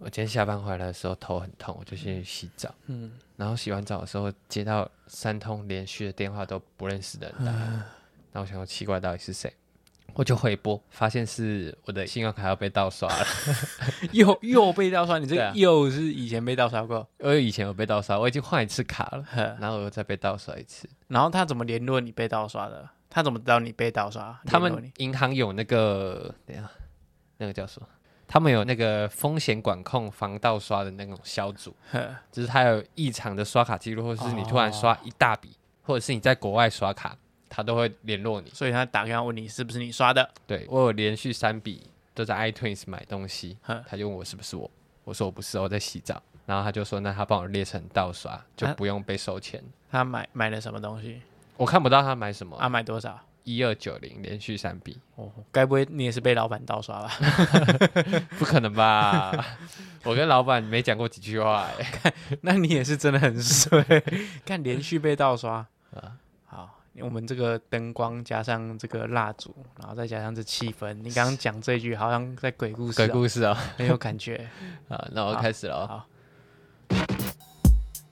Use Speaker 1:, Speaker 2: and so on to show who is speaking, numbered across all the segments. Speaker 1: 今天下班回来的时候头很痛，我就先去洗澡。
Speaker 2: 嗯，
Speaker 1: 然后洗完澡的时候接到三通连续的电话都不认识的人打来，然后我想说奇怪到底是谁，我就回拨，发现是我的信用卡要被盗刷了。
Speaker 2: 又又被盗刷，你这
Speaker 1: 对
Speaker 2: 个
Speaker 1: 啊
Speaker 2: 又是以前被盗刷过，
Speaker 1: 因为以前有被盗刷，我已经换一次卡了，
Speaker 2: 呵
Speaker 1: 然后我又再被盗刷一次。
Speaker 2: 然后他怎么联络你被盗刷的？他怎么知道你被盗刷？
Speaker 1: 他
Speaker 2: 联络
Speaker 1: 们
Speaker 2: 你
Speaker 1: 银行有那个等一下那个叫什么？他们有那个风险管控防盗刷的那种小组，
Speaker 2: 呵
Speaker 1: 就是它有异常的刷卡记录，或者是你突然
Speaker 2: 哦
Speaker 1: 刷一大笔，或者是你在国外刷卡，他都会联络你。
Speaker 2: 所以他打电话问你是不是你刷的？
Speaker 1: 对我有连续三笔都在 iTunes 买东西，
Speaker 2: 哼
Speaker 1: 他就问我是不是我，我说我不是，我在洗澡。然后他就说，那他帮我列成盗刷，就
Speaker 2: 啊
Speaker 1: 不用被收钱。
Speaker 2: 他买买了什么东西？
Speaker 1: 我看不到他买什么，
Speaker 2: 啊，买多少？
Speaker 1: 一二九零连续三笔，
Speaker 2: 哦，该不会你也是被老板盗刷吧？
Speaker 1: 不可能吧？我跟老板没讲过几句话、欸，
Speaker 2: 那你也是真的很衰， 看连续被盗刷 啊！好，我们这个灯光加上这个蜡烛，然后再加上这气氛，你刚刚讲这句好像在鬼故事、
Speaker 1: 鬼
Speaker 2: 啊，
Speaker 1: 故事哦。
Speaker 2: 很有感觉。
Speaker 1: 啊，那我
Speaker 2: 好
Speaker 1: 开始了哦。
Speaker 2: 好，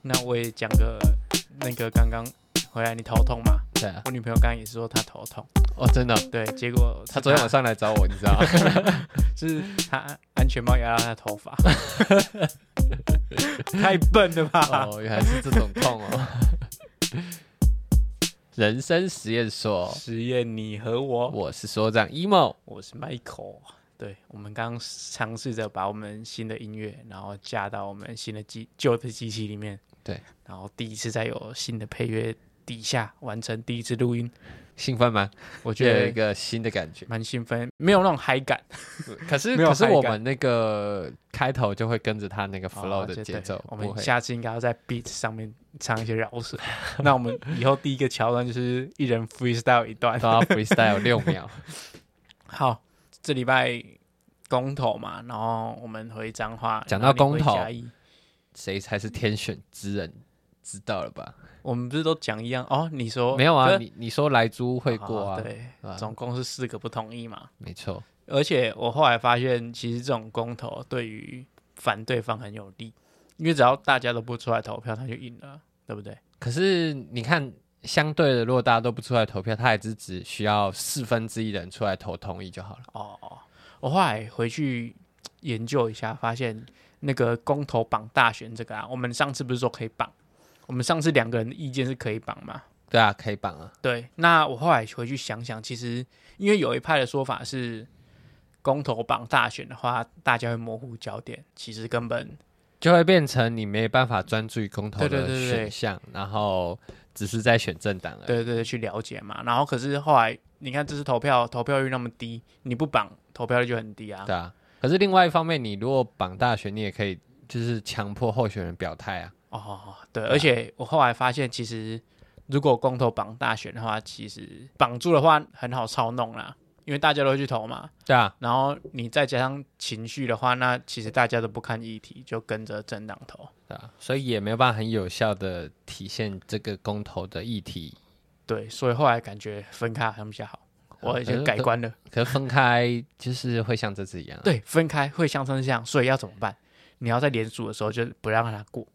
Speaker 2: 那我也讲个那个刚刚回来你头痛嘛？
Speaker 1: 对啊，
Speaker 2: 我女朋友刚刚也是说她头痛，
Speaker 1: 哦，真的哦，
Speaker 2: 对，结果
Speaker 1: 他昨天晚
Speaker 2: 晚
Speaker 1: 上来找我，你知道吗？
Speaker 2: 是她安全帽压到她的头发，太笨了吧？
Speaker 1: 哦，原来是这种痛哦。 人生实验所，
Speaker 2: 实验你和我。
Speaker 1: 我是所长 emo。
Speaker 2: 我是 Michael。对，我们刚刚尝试着把我们新的音乐，然后架到我们新的机旧的机器里面。
Speaker 1: 对，
Speaker 2: 然后第一次在有新的配乐底下完成第一次录音，
Speaker 1: 兴奋吗？
Speaker 2: 我
Speaker 1: 就有
Speaker 2: 觉
Speaker 1: 一
Speaker 2: 得
Speaker 1: 个新的感觉。
Speaker 2: 蛮兴奋，没有那种嗨感。
Speaker 1: 可是
Speaker 2: 没有
Speaker 1: 可是
Speaker 2: 嗨
Speaker 1: 我
Speaker 2: 感
Speaker 1: 们那个开头就会跟着他那个 flow
Speaker 2: 哦
Speaker 1: 的
Speaker 2: 对
Speaker 1: 节
Speaker 2: 对
Speaker 1: 奏，
Speaker 2: 我
Speaker 1: 不
Speaker 2: 们
Speaker 1: 会
Speaker 2: 下次应该要在 beat 上面唱一些饶舌。 那我们以后第一个桥段就是一人 freestyle 一段。
Speaker 1: 都要 freestyle 六秒。
Speaker 2: 好，这礼拜公投嘛，然后我们回彰化，
Speaker 1: 讲
Speaker 2: 然后
Speaker 1: 到
Speaker 2: 你回
Speaker 1: 公投
Speaker 2: 嘉义
Speaker 1: 谁才是天选之人？知道了吧？
Speaker 2: 我们不是都讲一样哦？你说
Speaker 1: 没有
Speaker 2: 可
Speaker 1: 啊，
Speaker 2: 是
Speaker 1: 你你说来猪会过
Speaker 2: 哦
Speaker 1: 啊？
Speaker 2: 对，
Speaker 1: 啊
Speaker 2: 总共是四个不同意嘛。
Speaker 1: 没错，
Speaker 2: 而且我后来发现，其实这种公投对于反对方很有利，因为只要大家都不出来投票，他就赢了，对不对？
Speaker 1: 可是你看，相对的，如果大家都不出来投票，他还是只需要四分之一的人出来投同意就好了。
Speaker 2: 哦，我后来回去研究一下，发现那个公投绑大选这个啊，我们上次不是说可以绑？我们上次两个人的意见是可以绑嘛？
Speaker 1: 对啊，可以绑啊。
Speaker 2: 对，那我后来回去想想，其实因为有一派的说法是，公投绑大选的话，大家会模糊焦点，其实根本
Speaker 1: 就会变成你没办法专注于公投
Speaker 2: 对对
Speaker 1: 的
Speaker 2: 对对
Speaker 1: 选项，然后只是在选政党而已。
Speaker 2: 对对对去了解嘛。然后可是后来你看，这次投票投票率那么低，你不绑投票率就很低啊。
Speaker 1: 对啊。可是另外一方面，你如果绑大选，你也可以就是强迫候选人表态啊。
Speaker 2: 哦，对，而且我后来发现，其实如果公投绑大选的话，其实绑住的话很好操弄啦，因为大家都会去投嘛。
Speaker 1: 对啊，
Speaker 2: 然后你再加上情绪的话，那其实大家都不看议题，就跟着政党投。
Speaker 1: 对啊，所以也没有办法很有效的体现这个公投的议题。
Speaker 2: 对，所以后来感觉分开好像比较好，我已
Speaker 1: 可
Speaker 2: 经
Speaker 1: 是
Speaker 2: 改
Speaker 1: 分
Speaker 2: 观了。
Speaker 1: 可是分开就是会像这次一样、啊，
Speaker 2: 对，分开会相生相，所以要怎么办？你要在联署的时候就不让他过，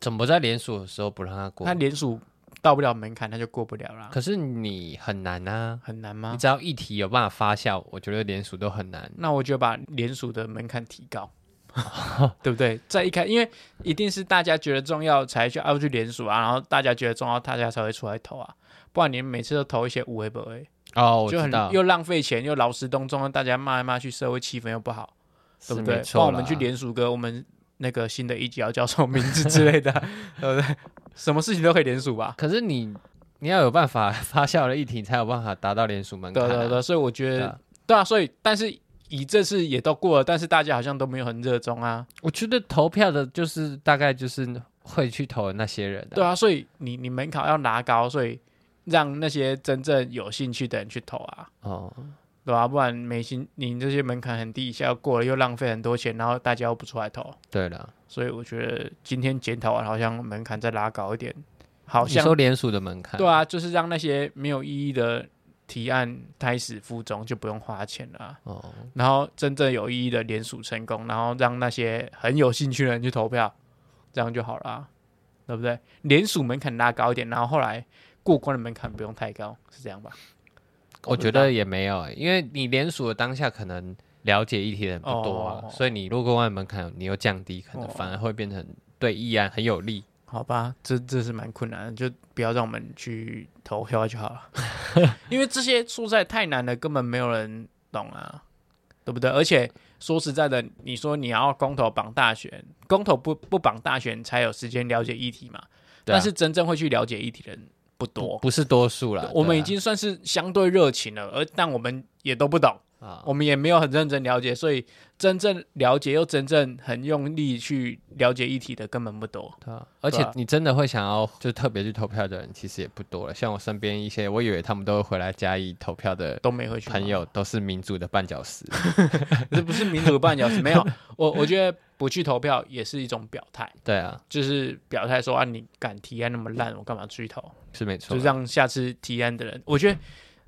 Speaker 1: 怎么在联署的时候不让他过
Speaker 2: 他？联署到不了门槛，他就过不了啦。
Speaker 1: 可是你很难啊，
Speaker 2: 很难
Speaker 1: 你
Speaker 2: 吗？
Speaker 1: 只要议题有办法发酵，我觉得联署都很难。
Speaker 2: 那我就把联署的门槛 提高，对不对？在一开，因为一定是大家觉得重要才去要去联署啊，然后大家觉得重要，大家才会出来投啊，不然你每次都投一些无为不为，
Speaker 1: 哦，我
Speaker 2: 就
Speaker 1: 知
Speaker 2: 很
Speaker 1: 道，
Speaker 2: 又浪费钱，又劳师动众，让大家骂来骂去，社会气氛又不好。对
Speaker 1: 是
Speaker 2: 不
Speaker 1: 没
Speaker 2: 对？
Speaker 1: 错
Speaker 2: 帮我
Speaker 1: 啦
Speaker 2: 们去联署个我们那个新的一级要叫什么名字之 类的，对不对？什么事情都可以联署吧？
Speaker 1: 可是你你要有办法发酵的议题，才有办法达到联署门槛、
Speaker 2: 对
Speaker 1: 啊。
Speaker 2: 对对，所以我觉
Speaker 1: 对
Speaker 2: 得
Speaker 1: 啊，
Speaker 2: 对啊，所以但是以这次也都过了，但是大家好像都没有很热衷啊，
Speaker 1: 我觉得投票的就是大概就是会去投的那些人、
Speaker 2: 对，啊，所以你你门槛要拉高，所以让那些真正有兴趣的人去投啊。
Speaker 1: 哦，
Speaker 2: 对吧、不然没兴，你这些门槛很低，一下过了又浪费很多钱，然后大家又不出来投，
Speaker 1: 对了，
Speaker 2: 所以我觉得今天检讨完，好像门槛再拉高一点，好
Speaker 1: 你
Speaker 2: 像啊
Speaker 1: 说联署的门槛，
Speaker 2: 对，啊，就是让那些没有意义的提案开始附中就不用花钱了啊、
Speaker 1: 哦，
Speaker 2: 然后真正有意义的联署成功，然后让那些很有兴趣的人去投票，这样就好了啊、对不对？联署门槛拉高一点，然后后来过关的门槛不用太高，是这样吧？
Speaker 1: 我觉得也没有欸，因为你联署的当下可能了解议题的人不多啊，
Speaker 2: 哦
Speaker 1: 所以你如果外门槛你又降低，可能
Speaker 2: 哦
Speaker 1: 反而会变成对议案很有利。
Speaker 2: 好吧，这这是蛮困难的，就不要让我们去投票就好了， 因为这些说实在太难了，根本没有人懂啊，对不对？而且说实在的，你说你要公投绑大选，公投不不绑大选才有时间了解议题嘛，
Speaker 1: 对啊
Speaker 2: 但是真正会去了解议题的人不多
Speaker 1: 不。不是多数了，
Speaker 2: 我们
Speaker 1: 对啊
Speaker 2: 已经算是相对热情了，而但我们也都不懂，
Speaker 1: 啊，
Speaker 2: 我们也没有很认真了解，所以真正了解又真正很用力去了解议题的根本不多。
Speaker 1: 对啊而
Speaker 2: 对
Speaker 1: 且
Speaker 2: 啊
Speaker 1: 你真的会想要就特别去投票的人，其实也不多了。像我身边一些，我以为他们都会回来嘉义投票的
Speaker 2: 都没回去吗
Speaker 1: 朋，友，都是民主的绊脚石。
Speaker 2: 这不是民主绊脚石，没有。我我觉得不去投票也是一种表态，
Speaker 1: 对 啊，
Speaker 2: 就是表态说啊，你敢提案那么烂，我干嘛去投？
Speaker 1: 是没错
Speaker 2: 就。让下次提案的人，我觉得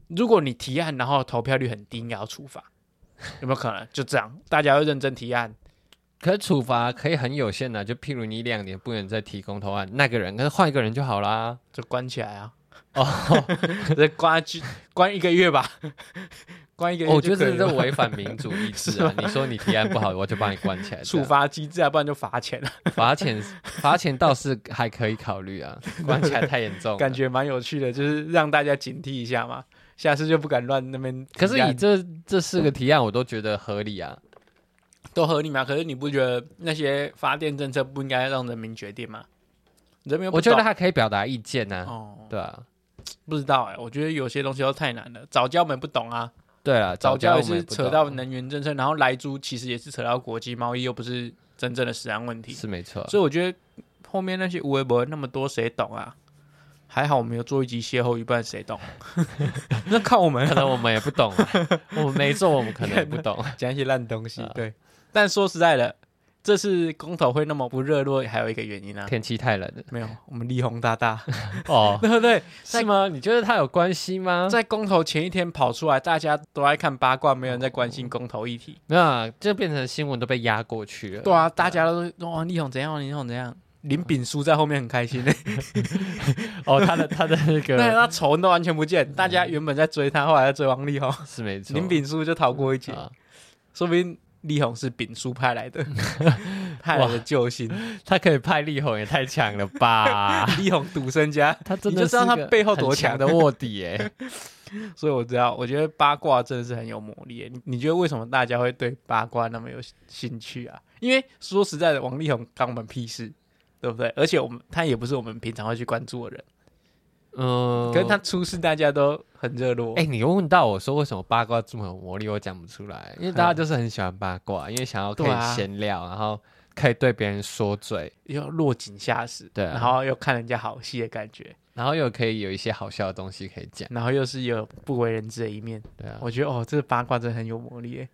Speaker 2: 如果你提案然后投票率很低，应该要处罚，有没有可能？就这样，大家要认真提案，
Speaker 1: 可是处罚可以很有限啊的、就譬如你两年不能再提公投案，那个人可是换一个人就好啦。
Speaker 2: 就关起来 啊。
Speaker 1: 哦，
Speaker 2: 这关去关一个月吧， 关一个月
Speaker 1: 我
Speaker 2: 就
Speaker 1: 觉
Speaker 2: 可以
Speaker 1: 哦得这
Speaker 2: 了吧。
Speaker 1: 违反民主意志啊！你说你提案不好，我就把你关起来。
Speaker 2: 处罚机制啊，不然就罚钱了，
Speaker 1: 对啊罚钱， 罚钱倒是还可以考虑啊，关起来太严重了。
Speaker 2: 感觉蛮有趣的，就是让大家警惕一下嘛，下次就不敢乱那边提
Speaker 1: 可
Speaker 2: 案。
Speaker 1: 是以这这四个提案，我都觉得合理啊。
Speaker 2: 都合理嘛？可是你不觉得那些发电政策不应该让人民决定吗？人民又不
Speaker 1: 我觉得
Speaker 2: 懂
Speaker 1: 他可以表达意见呐、
Speaker 2: 哦，
Speaker 1: 对啊，
Speaker 2: 不知道哎、我觉得有些东西都太难了，早教我们不懂啊，
Speaker 1: 对啊，
Speaker 2: 早
Speaker 1: 教我
Speaker 2: 教也嗯
Speaker 1: 们也
Speaker 2: 是
Speaker 1: 不
Speaker 2: 扯
Speaker 1: 懂
Speaker 2: 到能源政策，然后莱猪其实也是扯到国际贸易，又不是真正的食安问题。
Speaker 1: 是没 错，
Speaker 2: 所以我觉得后面那些微博那么多，谁懂啊？还好我们有做一集邂逅一半，谁懂？ 那靠我们
Speaker 1: 可能我们也不懂、 啊，我们没做，我们可能也不懂。
Speaker 2: 讲一些烂东西
Speaker 1: 啊
Speaker 2: 对，但说实在的，这次公投会那么不热络，还有一个原因啊，
Speaker 1: 天气太冷了
Speaker 2: 没有我们力宏大大，
Speaker 1: 哦，
Speaker 2: 对不对？
Speaker 1: 是吗？你觉得它有关系吗？
Speaker 2: 在公投前一天跑出来，大家都爱看八卦，没有人在关心公投议 题。
Speaker 1: 那啊就变成新闻都被压过去了。
Speaker 2: 对啊，大家都说哇，力宏怎样，力宏怎 样。林炳书在后面很 开心，
Speaker 1: 哦，他的他的那
Speaker 2: 但
Speaker 1: 个
Speaker 2: 是他仇恨都完全不见。大家原本在追他，后来在追王 力宏，
Speaker 1: 是没错，
Speaker 2: 林炳书就逃过一劫。
Speaker 1: 啊，
Speaker 2: 说不定力宏是丙叔 派来的，派来的救星。？
Speaker 1: 他可以派力宏也太强了吧
Speaker 2: 力宏赌身家，
Speaker 1: 他真
Speaker 2: 你
Speaker 1: 的
Speaker 2: 就知道
Speaker 1: 是
Speaker 2: 他
Speaker 1: 个
Speaker 2: 背后
Speaker 1: 很
Speaker 2: 多
Speaker 1: 强
Speaker 2: 强
Speaker 1: 的卧底哎、
Speaker 2: 所以我知道，我觉得八卦真的是很有魔力耶。你你觉得为什么大家会对八卦那么有兴趣啊？因为说实在的，王力宏干我们屁事，对不对？而且我们他也不是我们平常会去关注的人，
Speaker 1: 嗯，
Speaker 2: 可是他出事，大家都很热络。
Speaker 1: 哎、你又问到我说为什么八卦这么有魔力，我讲不出来，因为大家就是很喜欢八卦，因为想要可
Speaker 2: 对啊
Speaker 1: 以闲聊，然后可以对啊别人说嘴，
Speaker 2: 又落井下石，
Speaker 1: 对啊
Speaker 2: 然后又看人家好戏的感觉，
Speaker 1: 然后又可以有一些好笑的东西可以讲，
Speaker 2: 然后又是有不为人知的一面。
Speaker 1: 对啊，
Speaker 2: 我觉得哦，这八卦真的很有魔力耶，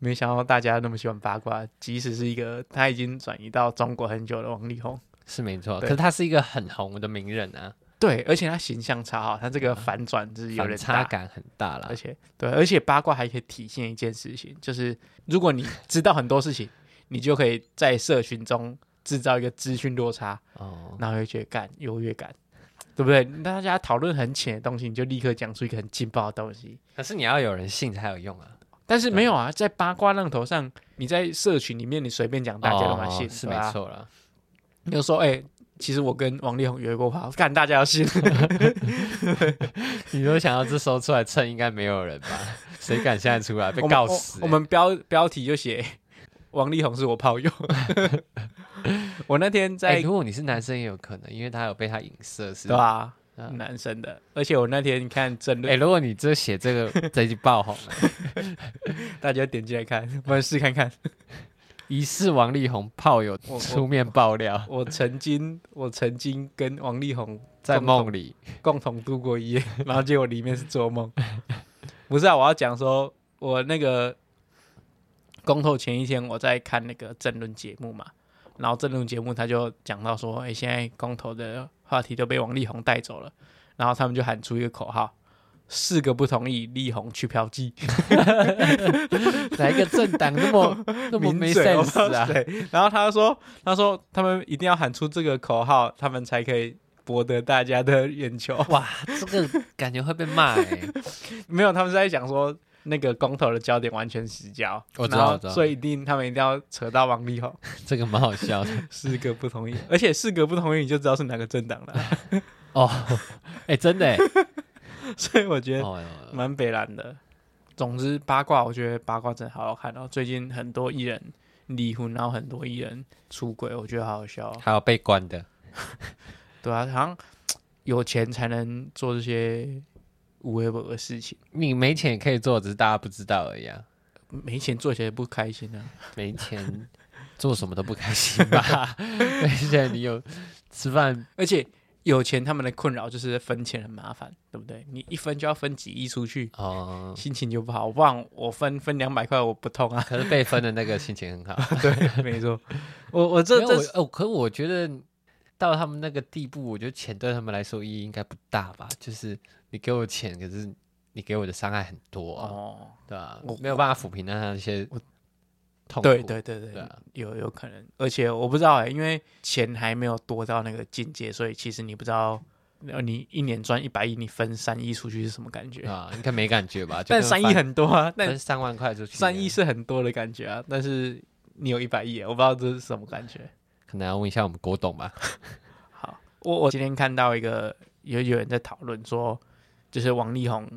Speaker 2: 没想到大家那么喜欢八卦，即使是一个他已经转移到中国很久的王力宏，
Speaker 1: 是没错。可
Speaker 2: 对
Speaker 1: 是他是一个很红的名人啊，
Speaker 2: 对，而且他形象超好，他这个啊反啊转是有
Speaker 1: 反
Speaker 2: 点
Speaker 1: 差
Speaker 2: 大，
Speaker 1: 感很大啦
Speaker 2: 而。且对，而且八卦还可以体现一件事情，就是如果你知道很多事情，你就可以在社群中制造一个资讯落差，
Speaker 1: 哦，
Speaker 2: 然后又觉得感优越感。对不对？大家讨论很浅的东西，你就立刻讲出一个很劲爆的东西，
Speaker 1: 可是你要有人信才有用啊，
Speaker 2: 但是没有啊，在八卦浪头上，你在社群里面，你随便讲，大家都蛮信、
Speaker 1: 哦是
Speaker 2: 对啊
Speaker 1: 没
Speaker 2: 吧。
Speaker 1: 错啦。
Speaker 2: 你就说，哎、其实我跟王力宏约过炮， 干大家要信，
Speaker 1: 你都想要这时候出来蹭，应该没有 人吧？谁敢现在出来被告死欸、
Speaker 2: 我们我。我们标标题就写王力宏是我 炮友。我那天在、
Speaker 1: 哎、如果你是男生也有可能，因为他有被他影射，是
Speaker 2: 对
Speaker 1: 吧？
Speaker 2: 吧、嗯
Speaker 1: 啊
Speaker 2: 男生的，而且我那天看争
Speaker 1: 哎、
Speaker 2: 论，
Speaker 1: 如果你这写这个，这一集爆红 了，
Speaker 2: 大家点进来看，我们试看看。
Speaker 1: 疑似王力宏炮友
Speaker 2: 我我
Speaker 1: 出面爆料，
Speaker 2: 我曾经，我曾经跟王力宏
Speaker 1: 在梦里
Speaker 2: 共同度过一夜， 然后结果里面是做梦。不是啊，我要讲说，我那个公投前一天我在看那个政论节目嘛，然后政论节目他就讲到说，哎、现在公投的话题都被王力宏带走了，然后他们就喊出一个口号，四个不同意，力宏去 嫖妓，
Speaker 1: 哪一个政党那 么那么没
Speaker 2: 抿嘴哦
Speaker 1: sense 啊？
Speaker 2: 对，然后他说，他说他们一定要喊出这个口号，他们才可以博得大家的眼球。
Speaker 1: 哇，这个感觉会被骂哎、
Speaker 2: 没有，他们是在讲说那个公投的焦点完全失焦，
Speaker 1: 我知道
Speaker 2: 然后
Speaker 1: 我知道
Speaker 2: 所以一定他们一定要扯到王 力宏。
Speaker 1: 这个蛮好笑的
Speaker 2: 四个不同意，而且四个不同意你就知道是哪个 政党了，
Speaker 1: 哦。哎、真的、欸、
Speaker 2: 所以我觉得
Speaker 1: 哦，
Speaker 2: 蛮北蓝的。总之八卦，我觉得八卦真的好好看哦。最近很多艺人离婚，然后很多艺人出轨，我觉得好好笑、哦。
Speaker 1: 还有被关的，
Speaker 2: 对啊，好像有钱才能做这些无微不的事情，
Speaker 1: 你没钱也可以做，只是大家不知道而已啊。
Speaker 2: 没钱做起来不开心啊。
Speaker 1: 没钱做什么都不开心 吧？而且你有吃饭，
Speaker 2: 而且有钱他们的困扰就是分钱很麻烦，对不对？你一分就要分几亿出去，
Speaker 1: 哦，
Speaker 2: 心情就不好。不然我分分两百块我不 痛啊。
Speaker 1: 可是被分的那个心情很好。
Speaker 2: 对，没错。我我这
Speaker 1: 没有
Speaker 2: 这
Speaker 1: 我哦，可我觉得到他们那个地步，我觉得钱对他们来说意义应该不大吧？就是你给我钱，可是你给我的伤害很多啊，
Speaker 2: 哦，
Speaker 1: 对吧、
Speaker 2: 我
Speaker 1: 我没有办法抚平他那些痛苦。
Speaker 2: 对对对对，
Speaker 1: 对啊
Speaker 2: 有有可能。而且我不知道哎、因为钱还没有多到那个境界，所以其实你不知道，呃，你一年赚一百亿，你分三亿出去是什么感觉？
Speaker 1: 啊，应该没感觉吧？就
Speaker 2: 但
Speaker 1: 跟
Speaker 2: 三亿
Speaker 1: 翻
Speaker 2: 很多啊，但
Speaker 1: 分三万块出去，
Speaker 2: 三亿是很多的感觉啊，但是你有一百亿，我不知道这是什么感觉。
Speaker 1: 可能要问一下我们郭董吧。
Speaker 2: 好，我我今天看到一个有有人在讨论说，就是王力宏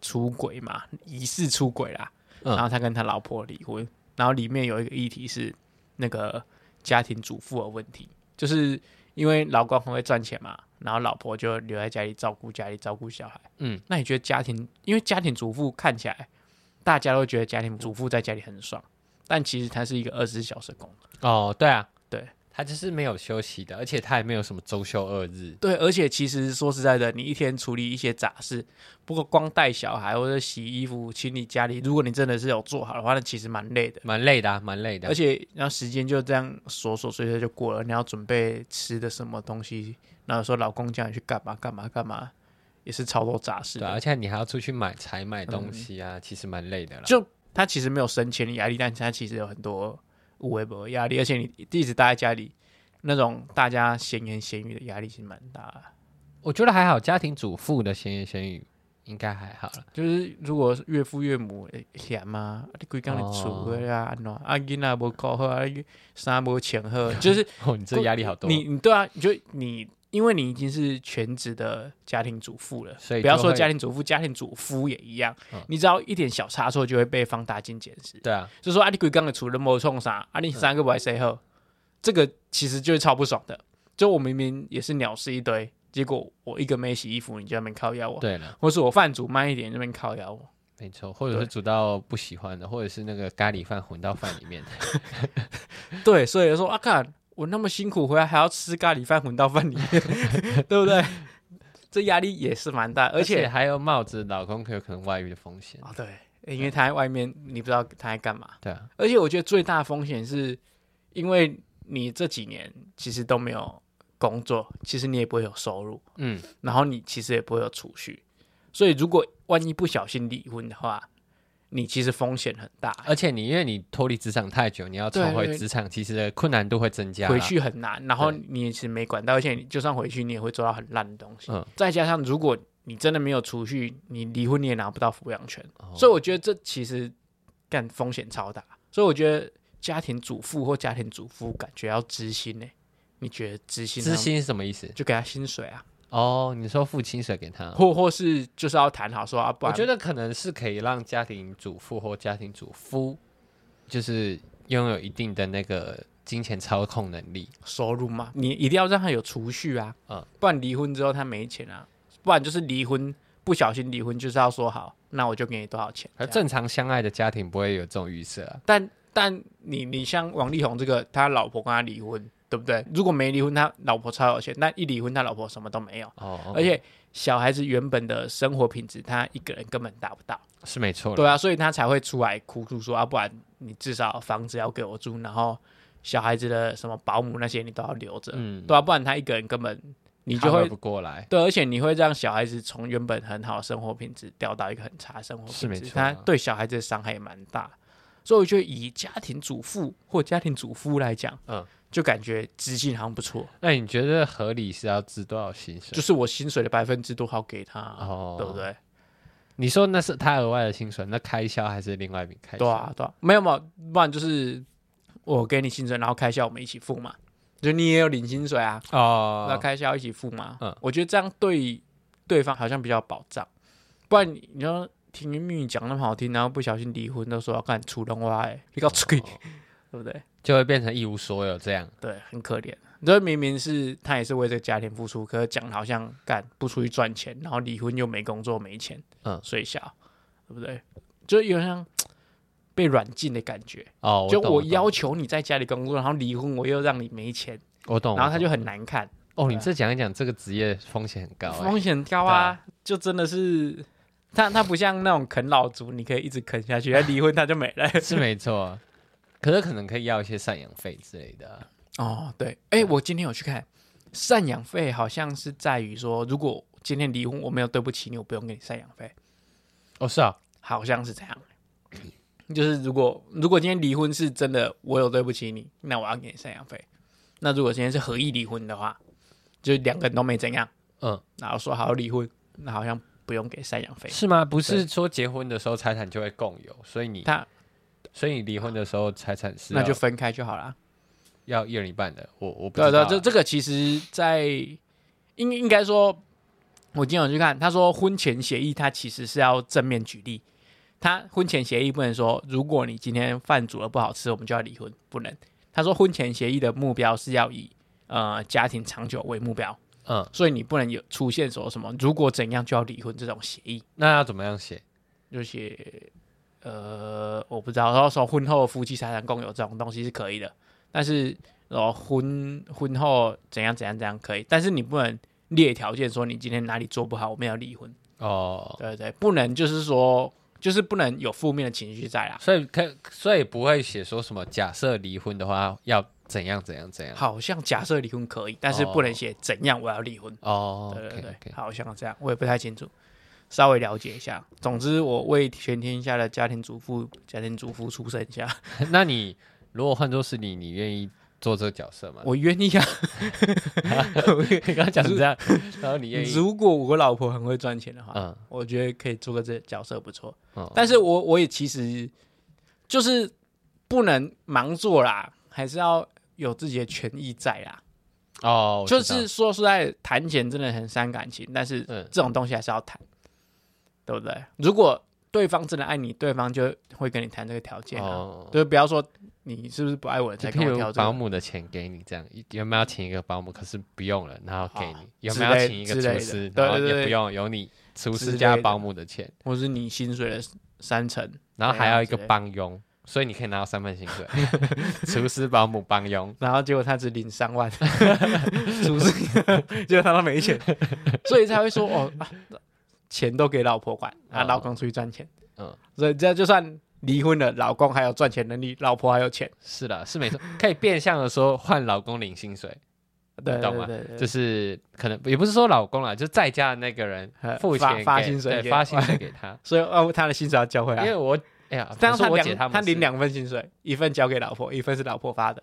Speaker 2: 出轨嘛，疑似出轨啦，
Speaker 1: 嗯
Speaker 2: 然后他跟他老婆离婚，然后里面有一个议题是那个家庭主妇的问题，就是因为老公很会赚钱嘛，然后老婆就留在家里照顾家里照顾小孩，
Speaker 1: 嗯，
Speaker 2: 那你觉得家庭，因为家庭主妇看起来大家都觉得家庭主妇在家里很爽，但其实它是一个二十四小时的工作。
Speaker 1: 哦，对啊，
Speaker 2: 对，
Speaker 1: 他就是没有休息的，而且他也没有什么周休二日。
Speaker 2: 对，而且其实说实在的，你一天处理一些杂事，不过光带小孩或者洗衣服、清理家里，如果你真的是有做好的话，那其实蛮累的。
Speaker 1: 蛮累的、啊，蛮累的。
Speaker 2: 而且，然后时间就这样琐琐碎碎就过了。你要准备吃的什么东西，然后说老公叫你去干嘛干嘛干嘛，也是超多杂事
Speaker 1: 对啊、
Speaker 2: 的。嗯
Speaker 1: 而且你还要出去买菜、买东西啊，其实蛮累的啦。
Speaker 2: 就他其实没有生前的压力，但他其实有很多无微不的压力，而且你一直待在家里，那种大家闲言闲语的压力其实蛮大的。
Speaker 1: 我觉得还好，家庭主妇的闲言闲语应该还好了。
Speaker 2: 就是如果是岳父岳母会嫌啊，啊你规工咧厝
Speaker 1: 哦
Speaker 2: 个啊，安怎啊囡仔无顾好啊，你衫无穿 好，就是
Speaker 1: 哦，你这压力好多。
Speaker 2: 你你对啊，你就你因为你已经是全职的家庭主妇了，
Speaker 1: 所以
Speaker 2: 不要
Speaker 1: 就
Speaker 2: 说
Speaker 1: 会
Speaker 2: 家庭主妇，家庭主夫也一样，
Speaker 1: 嗯
Speaker 2: 你只要一点小差错就会被放大镜检视，
Speaker 1: 对啊，
Speaker 2: 就说啊你规工咧厝咧无创啥，啊你三个外谁
Speaker 1: 嗯
Speaker 2: 好，这个其实就是超不爽的。就我明明也是鸟事一堆，结果我一个没洗衣服，你就在那边靠压我，
Speaker 1: 对了，
Speaker 2: 或是我饭煮慢一点，你在那边靠压我。
Speaker 1: 没错，或者是
Speaker 2: 对
Speaker 1: 煮到不喜欢的，或者是那个咖喱饭混到饭里面。
Speaker 2: 对，所以说啊，看我那么辛苦回来还要吃咖喱饭混到饭里面， 对不对？ 这压力也是蛮大，而且
Speaker 1: 还有帽子，老公可有可能外遇的风险。
Speaker 2: 啊、对，因为他在外面，你不知道他在干嘛。
Speaker 1: 对啊，
Speaker 2: 而且我觉得最大的风险是，因为你这几年其实都没有工作，其实你也不会有收入，
Speaker 1: 嗯，
Speaker 2: 然后你其实也不会有储蓄，所以如果万一不小心离婚的话，你其实风险很大，
Speaker 1: 而且你因为你脱离职场太久，你要重
Speaker 2: 对对
Speaker 1: 回职场，其实的困难度会增加啦。
Speaker 2: 回去很难，然后
Speaker 1: 对
Speaker 2: 你也是没管到，而且你就算回去，你也会做到很烂的东西。
Speaker 1: 嗯
Speaker 2: 再加上如果你真的没有储蓄，你离婚你也拿不到抚养权，
Speaker 1: 哦，
Speaker 2: 所以我觉得这其实干风险超大。所以我觉得家庭主妇或家庭主夫感觉要知心呢、欸你觉得知心？
Speaker 1: 知心是什么意思？
Speaker 2: 就给他薪水啊，
Speaker 1: 哦，你说付清水给他。
Speaker 2: 或或是就是要谈好说啊，
Speaker 1: 嗯
Speaker 2: 不
Speaker 1: 我
Speaker 2: 然
Speaker 1: 觉得可能是可以让家庭主妇或家庭主夫，就是拥有一定的那个金钱操控能力。
Speaker 2: 收入嘛，你一定要让他有储蓄啊，
Speaker 1: 嗯
Speaker 2: 不然离婚之后他没钱啊，不然就是离婚不小心离婚就是要说好，那我就给你多少钱，
Speaker 1: 而
Speaker 2: 这
Speaker 1: 正
Speaker 2: 样
Speaker 1: 常相爱的家庭不会有这种预设啊。
Speaker 2: 但但你你像王力宏这个，他老婆跟他离婚，对不对？如果没离婚，他老婆超有钱；但一离婚，他老婆什么都没有，
Speaker 1: 哦，
Speaker 2: 而且小孩子原本的生活品质，他一个人根本达不到。
Speaker 1: 是没错
Speaker 2: 对
Speaker 1: 啦。
Speaker 2: 啊，所以他才会出来哭诉说，啊，不然你至少房子要给我住，然后小孩子的什么保姆那些你都要留着，
Speaker 1: 嗯，
Speaker 2: 对啊，不然他一个人根本你就会
Speaker 1: 不过来。
Speaker 2: 对，而且你会让小孩子从原本很好的生活品质掉到一个很差的生活
Speaker 1: 是
Speaker 2: 品
Speaker 1: 没
Speaker 2: 质，
Speaker 1: 错
Speaker 2: 他
Speaker 1: 啊
Speaker 2: 对小孩子的伤害也蛮大。所以我觉得以家庭主妇或家庭主夫来讲，嗯
Speaker 1: 嗯，
Speaker 2: 就感觉资金好像不错，
Speaker 1: 那你觉得合理是要支多少薪水？
Speaker 2: 就是我薪水的百分之多少给他啊，
Speaker 1: 哦，
Speaker 2: 对不？对？
Speaker 1: 你说那是他额外的薪水，那开销还是另外一笔开销？
Speaker 2: 对啊，对啊，没有没有，不然就是我给你薪水，然后开销我们一起付嘛，就你也有领薪水啊，
Speaker 1: 哦，
Speaker 2: 那开销一起付嘛。
Speaker 1: 嗯
Speaker 2: 我觉得这样对对方好像比较有保障，不然你你说听云蜜语讲那么好听，然后不小心离婚，都说要干出龙蛙，哎，你搞出
Speaker 1: 哦
Speaker 2: 去， 对不对？
Speaker 1: 就会变成一无所有这样。
Speaker 2: 对，很可怜。这明明是他也是为这个家庭付出，可是讲得好像干不出去赚钱，然后离婚又没工作没钱，
Speaker 1: 嗯
Speaker 2: 睡觉，对不对？就有点像被软禁的感觉。
Speaker 1: 哦，
Speaker 2: 就
Speaker 1: 懂
Speaker 2: 我
Speaker 1: 懂
Speaker 2: 要求你在家里工作，然后离婚，我又让你没钱，
Speaker 1: 哦我懂，
Speaker 2: 然后他
Speaker 1: 我
Speaker 2: 就
Speaker 1: 懂
Speaker 2: 很难看，
Speaker 1: 哦，你这讲一讲，这个职业风险很高欸，
Speaker 2: 风险高啊，就真的是他他不像那种啃老族，你可以一直啃 下去，他离婚他就没了。
Speaker 1: 是没错。可是可能可以要一些赡养费之类的啊。
Speaker 2: 哦，对，哎，我今天有去看赡养费，好像是在于说，如果今天离婚，我没有对不起你，我不用给你赡养费，
Speaker 1: 哦，是啊，
Speaker 2: 好像是这样。就是如果如果今天离婚是真的，我有对不起你，那我要给你赡养费。那如果今天是合意离婚的话，就是两个人都没怎样。
Speaker 1: 嗯，
Speaker 2: 然后说好要离婚，那好像不用给赡养费。
Speaker 1: 是吗？不是说结婚的时候财产就会共有，所以你
Speaker 2: 他
Speaker 1: 所以你离婚的时候财产是
Speaker 2: 那就
Speaker 1: 要
Speaker 2: 分开就好啦。
Speaker 1: 要一人一半的。我我不
Speaker 2: 对
Speaker 1: 知道
Speaker 2: 对
Speaker 1: 啊，
Speaker 2: 这这个其实在应应该说，我今天有去看，他说婚前协议，他其实是要正面举例。他婚前协议不能说，如果你今天饭煮了不好吃，我们就要离婚，不能。他说婚前协议的目标是要以呃家庭长久为目标，
Speaker 1: 嗯，
Speaker 2: 所以你不能有出现说什么如果怎样就要离婚这种协议。
Speaker 1: 那要怎么样写？
Speaker 2: 就写呃，我不知道，然后说婚后夫妻财产共有这种东西是可以的，但是然后婚婚后怎样怎样怎样可以，但是你不能列条件说你今天哪里做不好，我们要离婚，
Speaker 1: 哦，
Speaker 2: 对对，不能就是说就是不能有负面的情绪在啦，啊
Speaker 1: 所以可所以不会写说什么假设离婚的话要怎样怎样怎样。
Speaker 2: 好像假设离婚可以，但是不能写怎样我要离婚，
Speaker 1: 哦，
Speaker 2: 对对
Speaker 1: OK，OK
Speaker 2: 对好像这样，我也不太清楚。稍微了解一下，总之我为全天下的家庭主妇、家庭主妇出声一下，
Speaker 1: 那你如果换作是你，你愿意做这个角色吗？
Speaker 2: 我愿意啊，
Speaker 1: 你刚刚讲成这样， 然后你愿意，
Speaker 2: 如果我老婆很会赚钱的话，
Speaker 1: 嗯，
Speaker 2: 我觉得可以做个这角色不错。
Speaker 1: 哦
Speaker 2: 但是我我也其实就是不能盲做啦，还是要有自己的权益在啦。
Speaker 1: 哦，我知
Speaker 2: 就
Speaker 1: 道
Speaker 2: 是说实在，谈钱真的很伤感情，但是
Speaker 1: 嗯
Speaker 2: 这种东西还是要谈，对不对？如果对方真的爱你，对方就会跟你谈这个条件啊，
Speaker 1: 哦，
Speaker 2: 就是不要说你是不是不爱我了
Speaker 1: 就
Speaker 2: 才跟
Speaker 1: 譬
Speaker 2: 我
Speaker 1: 如
Speaker 2: 挑这
Speaker 1: 保
Speaker 2: 个。
Speaker 1: 姆的钱给你，这样原本要请一个保姆，可是不用了，然后给
Speaker 2: 哦
Speaker 1: 你；原
Speaker 2: 之
Speaker 1: 本要
Speaker 2: 类
Speaker 1: 请一个
Speaker 2: 之类
Speaker 1: 厨
Speaker 2: 的
Speaker 1: 师，
Speaker 2: 对
Speaker 1: 然后
Speaker 2: 对对
Speaker 1: 也不用有你厨
Speaker 2: 之
Speaker 1: 师加
Speaker 2: 类的
Speaker 1: 保姆的钱，
Speaker 2: 或是你薪水的三成，
Speaker 1: 然后还
Speaker 2: 对啊
Speaker 1: 要一个
Speaker 2: 之类
Speaker 1: 帮佣，所以你可以拿到三份薪 水，厨师、保姆、帮佣。
Speaker 2: 然后结果他只领三万， 是不是？结果他都没钱，所以才会说哦、啊，钱都给老婆管，啊，
Speaker 1: 嗯
Speaker 2: 老公出去赚钱，嗯
Speaker 1: 嗯，
Speaker 2: 所以这样就算离婚了，老公还有赚钱能力，老婆还有钱，
Speaker 1: 是啦，是没错，可以变相的说换老公领薪水，
Speaker 2: 对
Speaker 1: 懂吗
Speaker 2: 对对
Speaker 1: 就
Speaker 2: 对，
Speaker 1: 是可能也不是说老公啦，就在家的那个人
Speaker 2: 呃
Speaker 1: 付
Speaker 2: 发
Speaker 1: 钱
Speaker 2: 发
Speaker 1: 给
Speaker 2: 薪水给。
Speaker 1: 对，发薪水给他
Speaker 2: 所以哦，他的薪水要交回
Speaker 1: 因
Speaker 2: 来
Speaker 1: 为。我哎呀，
Speaker 2: 但
Speaker 1: 不是
Speaker 2: 是他
Speaker 1: 我姐
Speaker 2: 两
Speaker 1: 他
Speaker 2: 他
Speaker 1: 们是
Speaker 2: 领两份薪水，一份交给老婆，一份是老婆发的，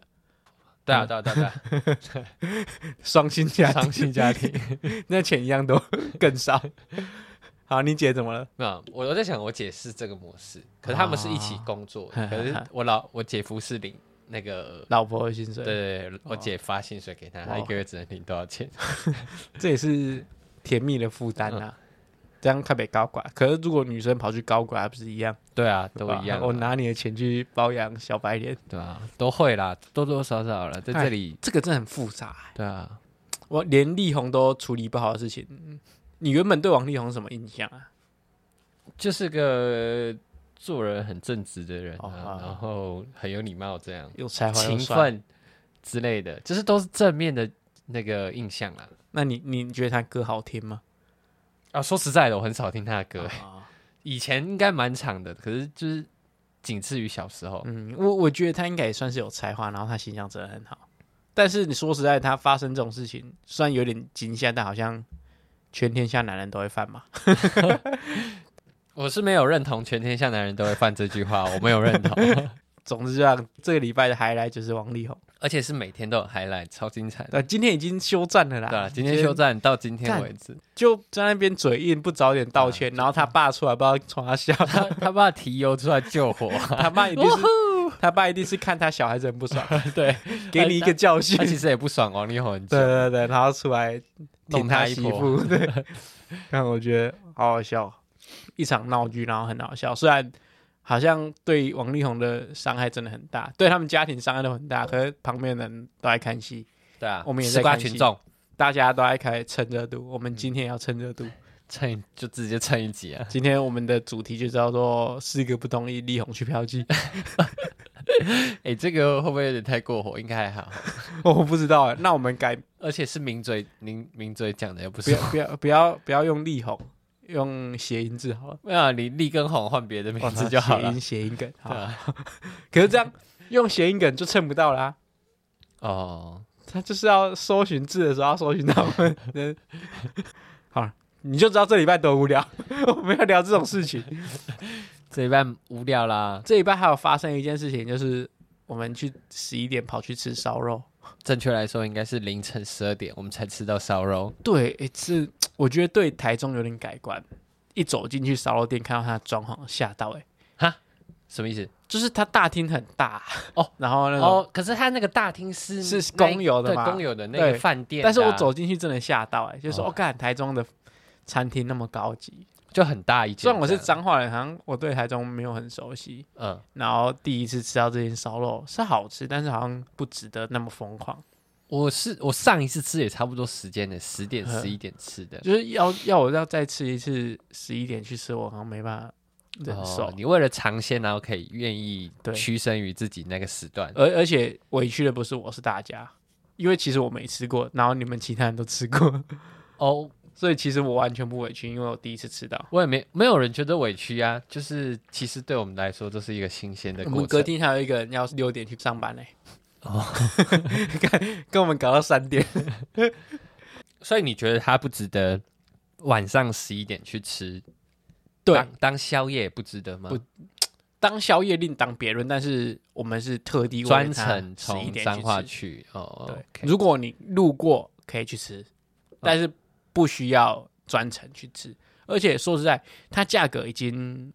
Speaker 1: 对啊对啊对啊对啊，
Speaker 2: 双薪家庭
Speaker 1: 双薪家庭，
Speaker 2: 那钱一样多，更少。好，你姐怎么了？
Speaker 1: 没有，我我在想我姐是这个模式，可是他们是一起工作的，
Speaker 2: 哦
Speaker 1: 可是我老我姐夫是领那个。
Speaker 2: 老婆的薪水，
Speaker 1: 对对对，我姐发薪水给他，他一个月只能领多少钱？
Speaker 2: 这也是甜蜜的负担啊。这样特别高管，可是如果女生跑去高管，还不是一样？
Speaker 1: 对啊，都
Speaker 2: 对吧
Speaker 1: 一样啊，
Speaker 2: 我拿你的钱去包养小白脸，
Speaker 1: 对啊，都会啦，多多少少了，在这里，
Speaker 2: 这个真的很复杂欸、
Speaker 1: 对啊，
Speaker 2: 我连力宏都处理不好的事情，嗯你原本对王力宏什么印象啊？
Speaker 1: 就是个做人很正直的人
Speaker 2: 哦
Speaker 1: 啊
Speaker 2: 好，
Speaker 1: 然后很有礼貌，这样
Speaker 2: 有才华，
Speaker 1: 勤
Speaker 2: 有帅。
Speaker 1: 奋之类的，就是都是正面的那个印象啦。
Speaker 2: 那你你觉得他歌好听吗？
Speaker 1: 啊，说实在的，我很少听他的歌，
Speaker 2: 啊
Speaker 1: 以前应该蛮长的，可是就是仅次于小时候。
Speaker 2: 嗯嗯，我我觉得他应该也算是有才华，然后他形象真的很好，但是你说实在，他发生这种事情，虽然有点惊吓，但好像全天下男人都会犯嘛。
Speaker 1: 我是没有认同全天下男人都会犯这句话，我没有认 同，
Speaker 2: 总之，这样这个礼拜的 highlight 就是王力宏。
Speaker 1: 而且是每天都有 highlight，超精彩的。
Speaker 2: 对，呃今天已经休战了啦。
Speaker 1: 对啊，今天休战到今天
Speaker 2: 干
Speaker 1: 为止，
Speaker 2: 就在那边嘴硬，不早点道
Speaker 1: 啊
Speaker 2: 歉，然后他爸出来不知道冲他 笑，
Speaker 1: 他他爸提油出来救火，
Speaker 2: 他爸一定是他爸一定是看他小孩子很不 爽，
Speaker 1: 对
Speaker 2: 给你一个教训
Speaker 1: 他。其实也不爽哦王力宏很久
Speaker 2: 对，对对，然后出来
Speaker 1: 弄
Speaker 2: 挺
Speaker 1: 他一
Speaker 2: 媳
Speaker 1: 波
Speaker 2: 妇，对，让我觉得好好笑，一场闹剧，然后很好笑。虽然好像对王力宏的伤害真的很大，对他们家庭伤害都很大，可是旁边的人都爱看戏，
Speaker 1: 对啊，
Speaker 2: 我们也在
Speaker 1: 吃瓜
Speaker 2: 看戏
Speaker 1: 群众，
Speaker 2: 大家都爱开蹭热度。我
Speaker 1: 嗯
Speaker 2: 们今天也要蹭热度，
Speaker 1: 蹭一就直接蹭一集啊，
Speaker 2: 今天我们的主题就叫做“四个不同意力宏去嫖妓。
Speaker 1: 哎，这个会不会有点太过火？应该还好，”
Speaker 2: 我不知道哎，那我们改
Speaker 1: 而且是名嘴，名名嘴讲的又不
Speaker 2: 不
Speaker 1: 是
Speaker 2: 要。不要不要不要用力宏，用谐音字好 了，
Speaker 1: 没有啊，你立跟红换别的名字就好
Speaker 2: 谐
Speaker 1: 了
Speaker 2: 音。谐音梗好
Speaker 1: 对。啊
Speaker 2: 可是这样用谐音梗就蹭不到啦、
Speaker 1: 哦，
Speaker 2: 他就是要搜寻字的时候要搜寻到我们的。好了，你就知道这礼拜多无聊， 我们要聊这种事情。
Speaker 1: 这一半无聊啦，
Speaker 2: 这礼拜还有发生一件事情，就是我们去十一点跑去吃烧肉。
Speaker 1: 正确来说应该是凌晨十二点我们才吃到烧肉，
Speaker 2: 对，诶是我觉得对台中有点改观。一走进去烧肉店，看到它的装潢，吓到哎、诶
Speaker 1: 什么意思？
Speaker 2: 就是它大厅很大
Speaker 1: 哦，
Speaker 2: 然后那种，
Speaker 1: 哦，可是他那个大厅是
Speaker 2: 嗯是
Speaker 1: 那一
Speaker 2: 公有的
Speaker 1: 对
Speaker 2: 嘛
Speaker 1: 公有的那个
Speaker 2: 对
Speaker 1: 饭店的啊，
Speaker 2: 但是我走进去真的吓到哎、诶就说
Speaker 1: 哦
Speaker 2: 哦，干、台中的餐厅那么高级。
Speaker 1: 就很大一间这
Speaker 2: 虽
Speaker 1: 样。
Speaker 2: 然我是彰化人，好像我对台中没有很熟悉，
Speaker 1: 嗯，
Speaker 2: 然后第一次吃到这间烧肉是好吃，但是好像不值得那么疯狂，
Speaker 1: 我是我上一次吃也差不多时间的，十点
Speaker 2: 嗯
Speaker 1: 十一点吃的。
Speaker 2: 就是要要我要再吃一次十一点去吃，我好像没办法忍受，
Speaker 1: 哦，你为了尝鲜，然后可以愿意
Speaker 2: 对
Speaker 1: 屈身于自己那个时段，
Speaker 2: 而而且委屈的不是我是大家，因为其实我没吃过，然后你们其他人都吃过，
Speaker 1: 哦，
Speaker 2: 所以其实我完全不委屈，因为我第一次吃到。
Speaker 1: 我也没没有人觉得委屈啊，就是其实对我们来说都是一个新鲜的
Speaker 2: 我
Speaker 1: 过
Speaker 2: 们隔
Speaker 1: 程。
Speaker 2: 天还有一个人要六点去上班嘞、
Speaker 1: 哦
Speaker 2: 哦， 跟跟我们搞到三点，
Speaker 1: 所以你觉得它不值得晚上十一点去吃，
Speaker 2: 对
Speaker 1: 当，当宵夜不值得吗？
Speaker 2: 不当宵夜另当别论，但是我们是特地为
Speaker 1: 专
Speaker 2: 他
Speaker 1: 程
Speaker 2: 11
Speaker 1: 从
Speaker 2: 点
Speaker 1: 彰
Speaker 2: 去
Speaker 1: 化
Speaker 2: 吃
Speaker 1: 去哦，
Speaker 2: 对
Speaker 1: OK 嗯
Speaker 2: 如果你路过可以去吃，但是不需要专程去吃。而且说实在，它价格已经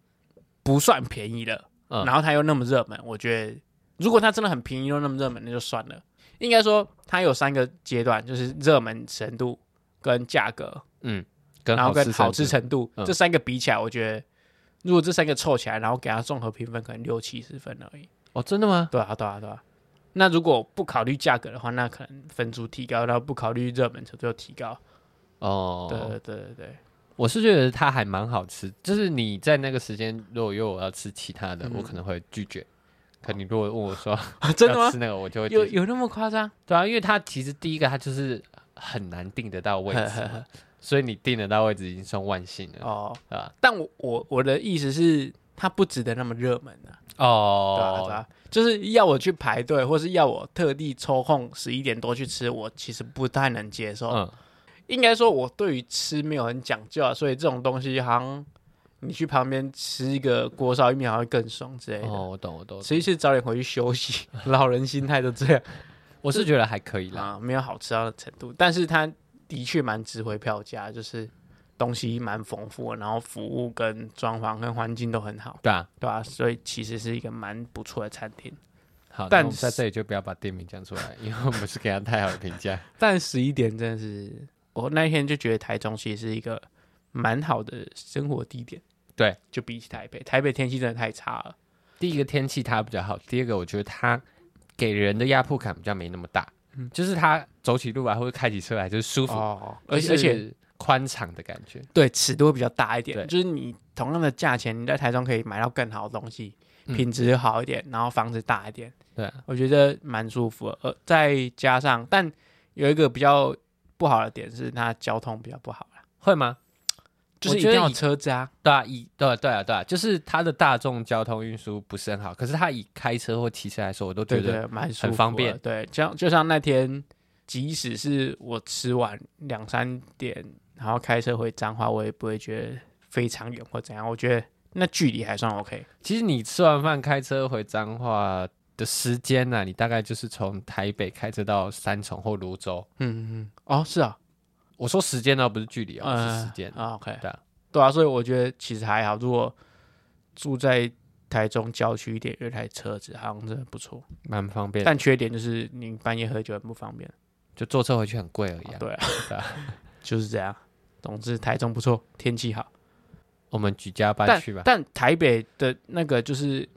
Speaker 2: 不算便宜了，
Speaker 1: 嗯
Speaker 2: 然后它又那么热门，我觉得如果它真的很便宜又那么热门，那就算了。应该说它有三个阶段，就是热门程度、跟价格，
Speaker 1: 嗯，跟
Speaker 2: 然后跟
Speaker 1: 吃
Speaker 2: 好吃
Speaker 1: 程
Speaker 2: 程度
Speaker 1: 嗯
Speaker 2: 这三个比起来，我觉得如果这三个凑起来，然后给它综合评分，可能六七十分而已。
Speaker 1: 度哦，真的吗？
Speaker 2: 对啊，对啊，对啊。那如果不考虑价格的话，那可能分数提高，然后不考虑热门程度又提高。
Speaker 1: 哦，
Speaker 2: 对对对对对，
Speaker 1: 我是觉得它还蛮好吃，就是你在那个时间，如果约我要吃其他的，
Speaker 2: 嗯
Speaker 1: 我可能会拒绝。可你如果问我说
Speaker 2: 啊真的
Speaker 1: 要
Speaker 2: 吗
Speaker 1: 吃？那个，我就会
Speaker 2: 有
Speaker 1: 拒绝。
Speaker 2: 有那么夸张？
Speaker 1: 对啊，因为它其实第一个它就是很难定得到位置 嘛，所以你定得到位置已经算万幸了
Speaker 2: 哦，
Speaker 1: 啊。
Speaker 2: 但我我我的意思是，它不值得那么热门啊。对啊对
Speaker 1: 哦，
Speaker 2: 啊，就是要我去排队，或是要我特地抽空十一点多去吃，我其实不太能接受。
Speaker 1: 嗯，
Speaker 2: 应该说，我对于吃没有很讲究啊，所以这种东西好像你去旁边吃一个锅烧意面，好像更爽之类的。
Speaker 1: 哦，我懂，我懂，
Speaker 2: 啊所以是早点回去休息， 老人心态都这样
Speaker 1: 我是觉得还可以啦。
Speaker 2: 啊，没有好吃到的程度，但是它的确蛮值回票价，就是东西蛮丰富的，然后服务跟装潢跟环境都很好，
Speaker 1: 对啊，
Speaker 2: 对吧、所以其实是一个蛮不错的餐厅。
Speaker 1: 好，
Speaker 2: 但
Speaker 1: 但我们在这里就不要把店名讲出来，因为我们不是给他太好的评价。
Speaker 2: 但十一点真的是，我那一天就觉得台中其实是一个蛮好的生活地点，
Speaker 1: 对，
Speaker 2: 就比起台北，台北天气真的太差了，
Speaker 1: 第一个天气它比较好，第二个我觉得它给人的压迫感比较没那么大，就是它走起路来啊或者开起车来就是舒服，
Speaker 2: 哦，而且
Speaker 1: 就
Speaker 2: 而
Speaker 1: 是
Speaker 2: 且
Speaker 1: 宽敞的感觉。
Speaker 2: 对尺度会比较大一
Speaker 1: 对
Speaker 2: 点，就是你同样的价钱，你在台中可以买到更好的东西，
Speaker 1: 嗯
Speaker 2: 品质好一点，然后房子大一点，
Speaker 1: 对啊，
Speaker 2: 我觉得蛮舒服的。呃，再加上，但有一个比较不好的点是，它交通比较不好啦
Speaker 1: 会吗？
Speaker 2: 就是一
Speaker 1: 觉
Speaker 2: 定
Speaker 1: 得
Speaker 2: 要有
Speaker 1: 以
Speaker 2: 车渣。
Speaker 1: 对啊，以对啊对啊对啊，就是它的大众交通运输不是很好，可是它以开车或骑车来说，我都觉
Speaker 2: 对
Speaker 1: 得
Speaker 2: 对，蛮舒服的
Speaker 1: 方便
Speaker 2: 对，就像就像那天，即使是我吃完两三点，然后开车回彰化，我也不会觉得非常远或怎样。我觉得那距离还算 OK。
Speaker 1: 其实你吃完饭开车回彰化的时间啊呢、你大概就是从台北开车到三重或泸州。
Speaker 2: 嗯嗯，哦，是啊，
Speaker 1: 我说时间呢、不是距离哦，
Speaker 2: 嗯
Speaker 1: 是时间。
Speaker 2: 啊，OK，
Speaker 1: 对啊
Speaker 2: 对啊，所以我觉得其实还好。如果住在台中郊区一点，有一台车子好像真的不错，
Speaker 1: 蛮方便的，
Speaker 2: 但缺点就是你半夜喝酒很不方便。
Speaker 1: 就坐车回去很贵而已、啊。
Speaker 2: 对啊，
Speaker 1: 对啊
Speaker 2: 就是这样。总之，台中不错，天气好。
Speaker 1: 我们举家搬
Speaker 2: 但
Speaker 1: 去吧。
Speaker 2: 但台北的那个就是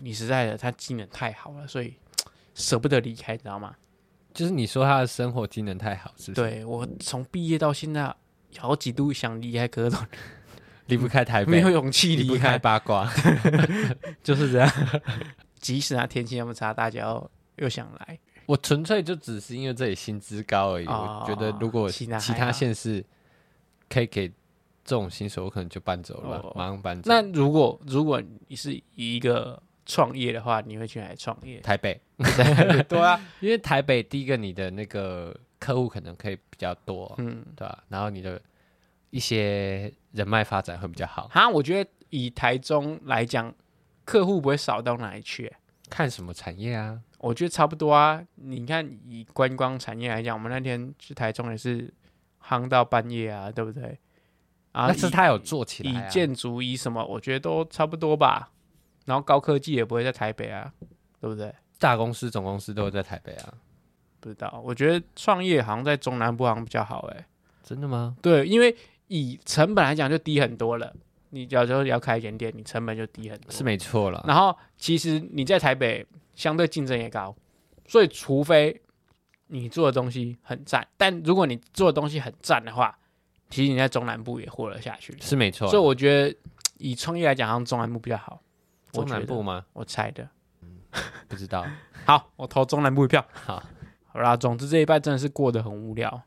Speaker 2: 你实在的，它机能太好了，所以舍不得离开，你知道吗？
Speaker 1: 就是你说他的生活技能太好，是不是？，
Speaker 2: 对我从毕业到现在，好几度想离开，可是都
Speaker 1: 离不开台 北，
Speaker 2: 没有勇气
Speaker 1: 离不
Speaker 2: 离
Speaker 1: 开
Speaker 2: 开，
Speaker 1: 八卦。
Speaker 2: 就是这样。 即使它天气那么差，大家又又想来，
Speaker 1: 我纯粹就只是因为这里薪资高而已。
Speaker 2: 哦
Speaker 1: 我觉得如果
Speaker 2: 其他还
Speaker 1: 其他
Speaker 2: 好
Speaker 1: 县市可以给这种薪水，我可能就搬走了吧，
Speaker 2: 哦
Speaker 1: 马上搬走。
Speaker 2: 那如果如果你是以一个创业的话，你会去哪里创业？
Speaker 1: 台 北，
Speaker 2: 对啊，
Speaker 1: 因为台北第一个你的那个客户可能可以比较多，
Speaker 2: 嗯，
Speaker 1: 对吧、然后你的一些人脉发展会比较好。
Speaker 2: 哈，我觉得以台中来讲，客户不会少到哪里去、
Speaker 1: 看什么产业啊？
Speaker 2: 我觉得差不多啊。你看，以观光产业来讲，我们那天去台中也是夯到半夜啊，对不对？啊，
Speaker 1: 但是
Speaker 2: 以
Speaker 1: 他有做起来、啊
Speaker 2: 以。建筑以什么，我觉得都差不多吧。然后高科技也不会在台北啊，对不对？
Speaker 1: 大公司、总公司都会在台北啊？
Speaker 2: 不知道，我觉得创业好像在中南部好像比较好哎、
Speaker 1: 真的吗？
Speaker 2: 对，因为以成本来讲就低很多了。你假如说要开一间店，你成本就低很多。
Speaker 1: 是没错了。
Speaker 2: 然后其实你在台北相对竞争也高，所以除非你做的东西很赞，但如果你做的东西很赞的话，其实你在中南部也活了下去。
Speaker 1: 是没错啦。
Speaker 2: 所以我觉得嘖以创业来讲，好像中南部比较好。我
Speaker 1: 中南
Speaker 2: 觉
Speaker 1: 部
Speaker 2: 得，
Speaker 1: 吗？
Speaker 2: 我猜的。
Speaker 1: 不知道。
Speaker 2: 好，我投中南部一票。
Speaker 1: 好，
Speaker 2: 好啦，总之这一拜真的是过得很无聊。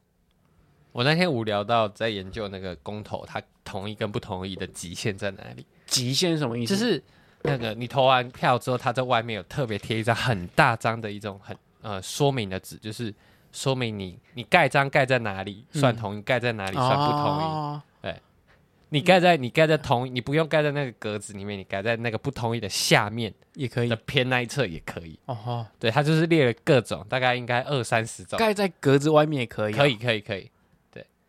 Speaker 1: 我那天无聊到在研究那个公投，它同意跟不同意的极限在哪里？
Speaker 2: 极限是什么意思？哦
Speaker 1: 就是那个你投完票之后，它在外面有特别贴一张很大张的一种很呃说明的纸，就是说明你你盖章盖在哪里算同意，盖在哪里算不同意。
Speaker 2: 哦
Speaker 1: 你盖在你盖在同意，你不用盖在那个格子里面，你盖在那个不同意的下面
Speaker 2: 也可以
Speaker 1: 的。偏那一侧也可以。
Speaker 2: 哦吼，
Speaker 1: 对，它就是列了各种，大概应该二三十种。
Speaker 2: 盖在格子外面也可以、啊
Speaker 1: 可以，。可以，可以。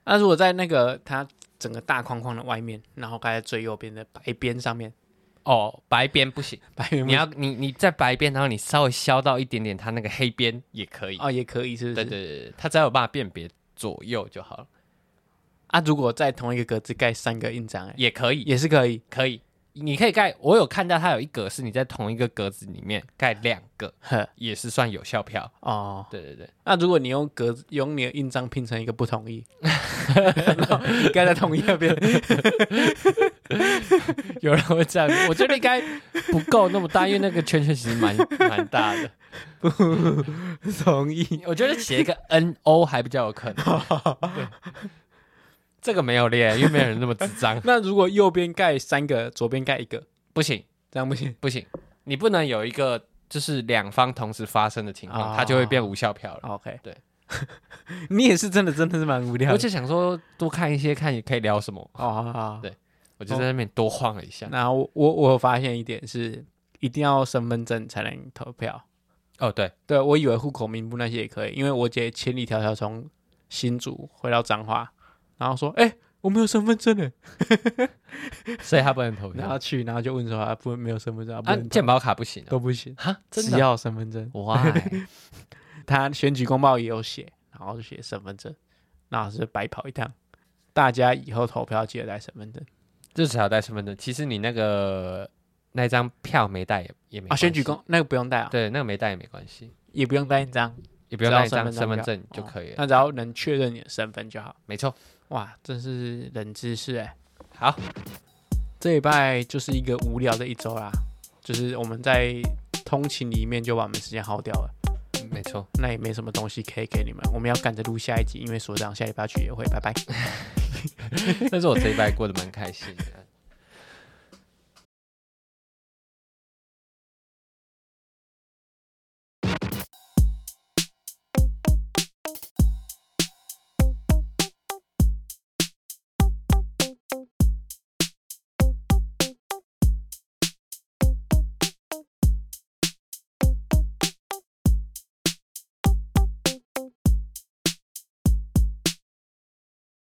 Speaker 2: 那如果在那个它整个大框框的外面，然后盖在最右边的白边上面，
Speaker 1: 哦，白边不行。
Speaker 2: 白边
Speaker 1: 你要你你在白边，然后你稍微削到一点点，它那个黑边也可以。
Speaker 2: 哦也可以，是不是？
Speaker 1: 对对对，对它只要有办法辨别左右就好了，
Speaker 2: 啊，如果在同一个格子盖三个印章、欸，
Speaker 1: 也可以，
Speaker 2: 也是可以。
Speaker 1: 可以。你可以盖，我有看到它有一格是你在同一个格子里面盖两个，
Speaker 2: 呵
Speaker 1: 也是算有效票。
Speaker 2: 哦，
Speaker 1: 对对 对，
Speaker 2: 那如果你用格子用你的印章拼成一个不同意， 然后你盖在同意那边，
Speaker 1: 有人会这样，我觉得应该不够那么大，因为那个圈圈其实蛮蛮大的。
Speaker 2: 同意。
Speaker 1: 我觉得写一 个 N O 还比较有可能。对这个没有列，因为没有人那么智障，
Speaker 2: 那如果右边盖三个，左边盖一个，
Speaker 1: 不行。
Speaker 2: 这样不行
Speaker 1: 不行，你不能有一个就是两方同时发生的情况，
Speaker 2: 哦
Speaker 1: 它就会变无效票了。
Speaker 2: ？OK，
Speaker 1: 对，
Speaker 2: 你也是真的真的是蛮无聊
Speaker 1: 我
Speaker 2: 的。
Speaker 1: 就想说多看一些，看你可以聊什么，
Speaker 2: 哦，好好好
Speaker 1: 对。我就在那边多晃了一下。
Speaker 2: 然后我我我有发现一点是，一定要身份证才能投票。
Speaker 1: 哦，对，
Speaker 2: 对，我以为户口名簿那些也可以，因为我姐千里迢迢从新竹回到彰化，然后说：“哎、我没有身份证呢。
Speaker 1: 所以他不能投”
Speaker 2: 然
Speaker 1: 票
Speaker 2: 后。去，然后就问说：“啊，不，没有身份证，啊、不
Speaker 1: 啊
Speaker 2: 能，投、
Speaker 1: 健保卡不行啊
Speaker 2: 都不行，
Speaker 1: 哈，真
Speaker 2: 只
Speaker 1: 的
Speaker 2: 要身份证。
Speaker 1: 哇，Why？
Speaker 2: 他选举公报也有写，然后就写身份证，那是白跑一趟。大家以后投票记得带身份证
Speaker 1: 至少要带身份证。其实你那个那张票没带也也没
Speaker 2: 啊，
Speaker 1: 关系
Speaker 2: 选举公那个不用带啊，
Speaker 1: 对那个没带也没关系，
Speaker 2: 也不用带印章，
Speaker 1: 也不用
Speaker 2: 只要
Speaker 1: 带一张身
Speaker 2: 身份
Speaker 1: 份
Speaker 2: 证
Speaker 1: 证
Speaker 2: 就哦
Speaker 1: 就可以了。
Speaker 2: 那只要能确认你的身份就好。
Speaker 1: 没错，
Speaker 2: 哇，真是冷知识哎、
Speaker 1: 好，
Speaker 2: 这礼拜就是一个无聊的一周啦，就是我们在通勤里面就把我们时间耗掉了。
Speaker 1: 没错，
Speaker 2: 那也没什么东西可以给你们。我们要赶着录下一集，因为所长下礼拜去也会，拜拜。
Speaker 1: 但是我这一拜过得蛮开心的，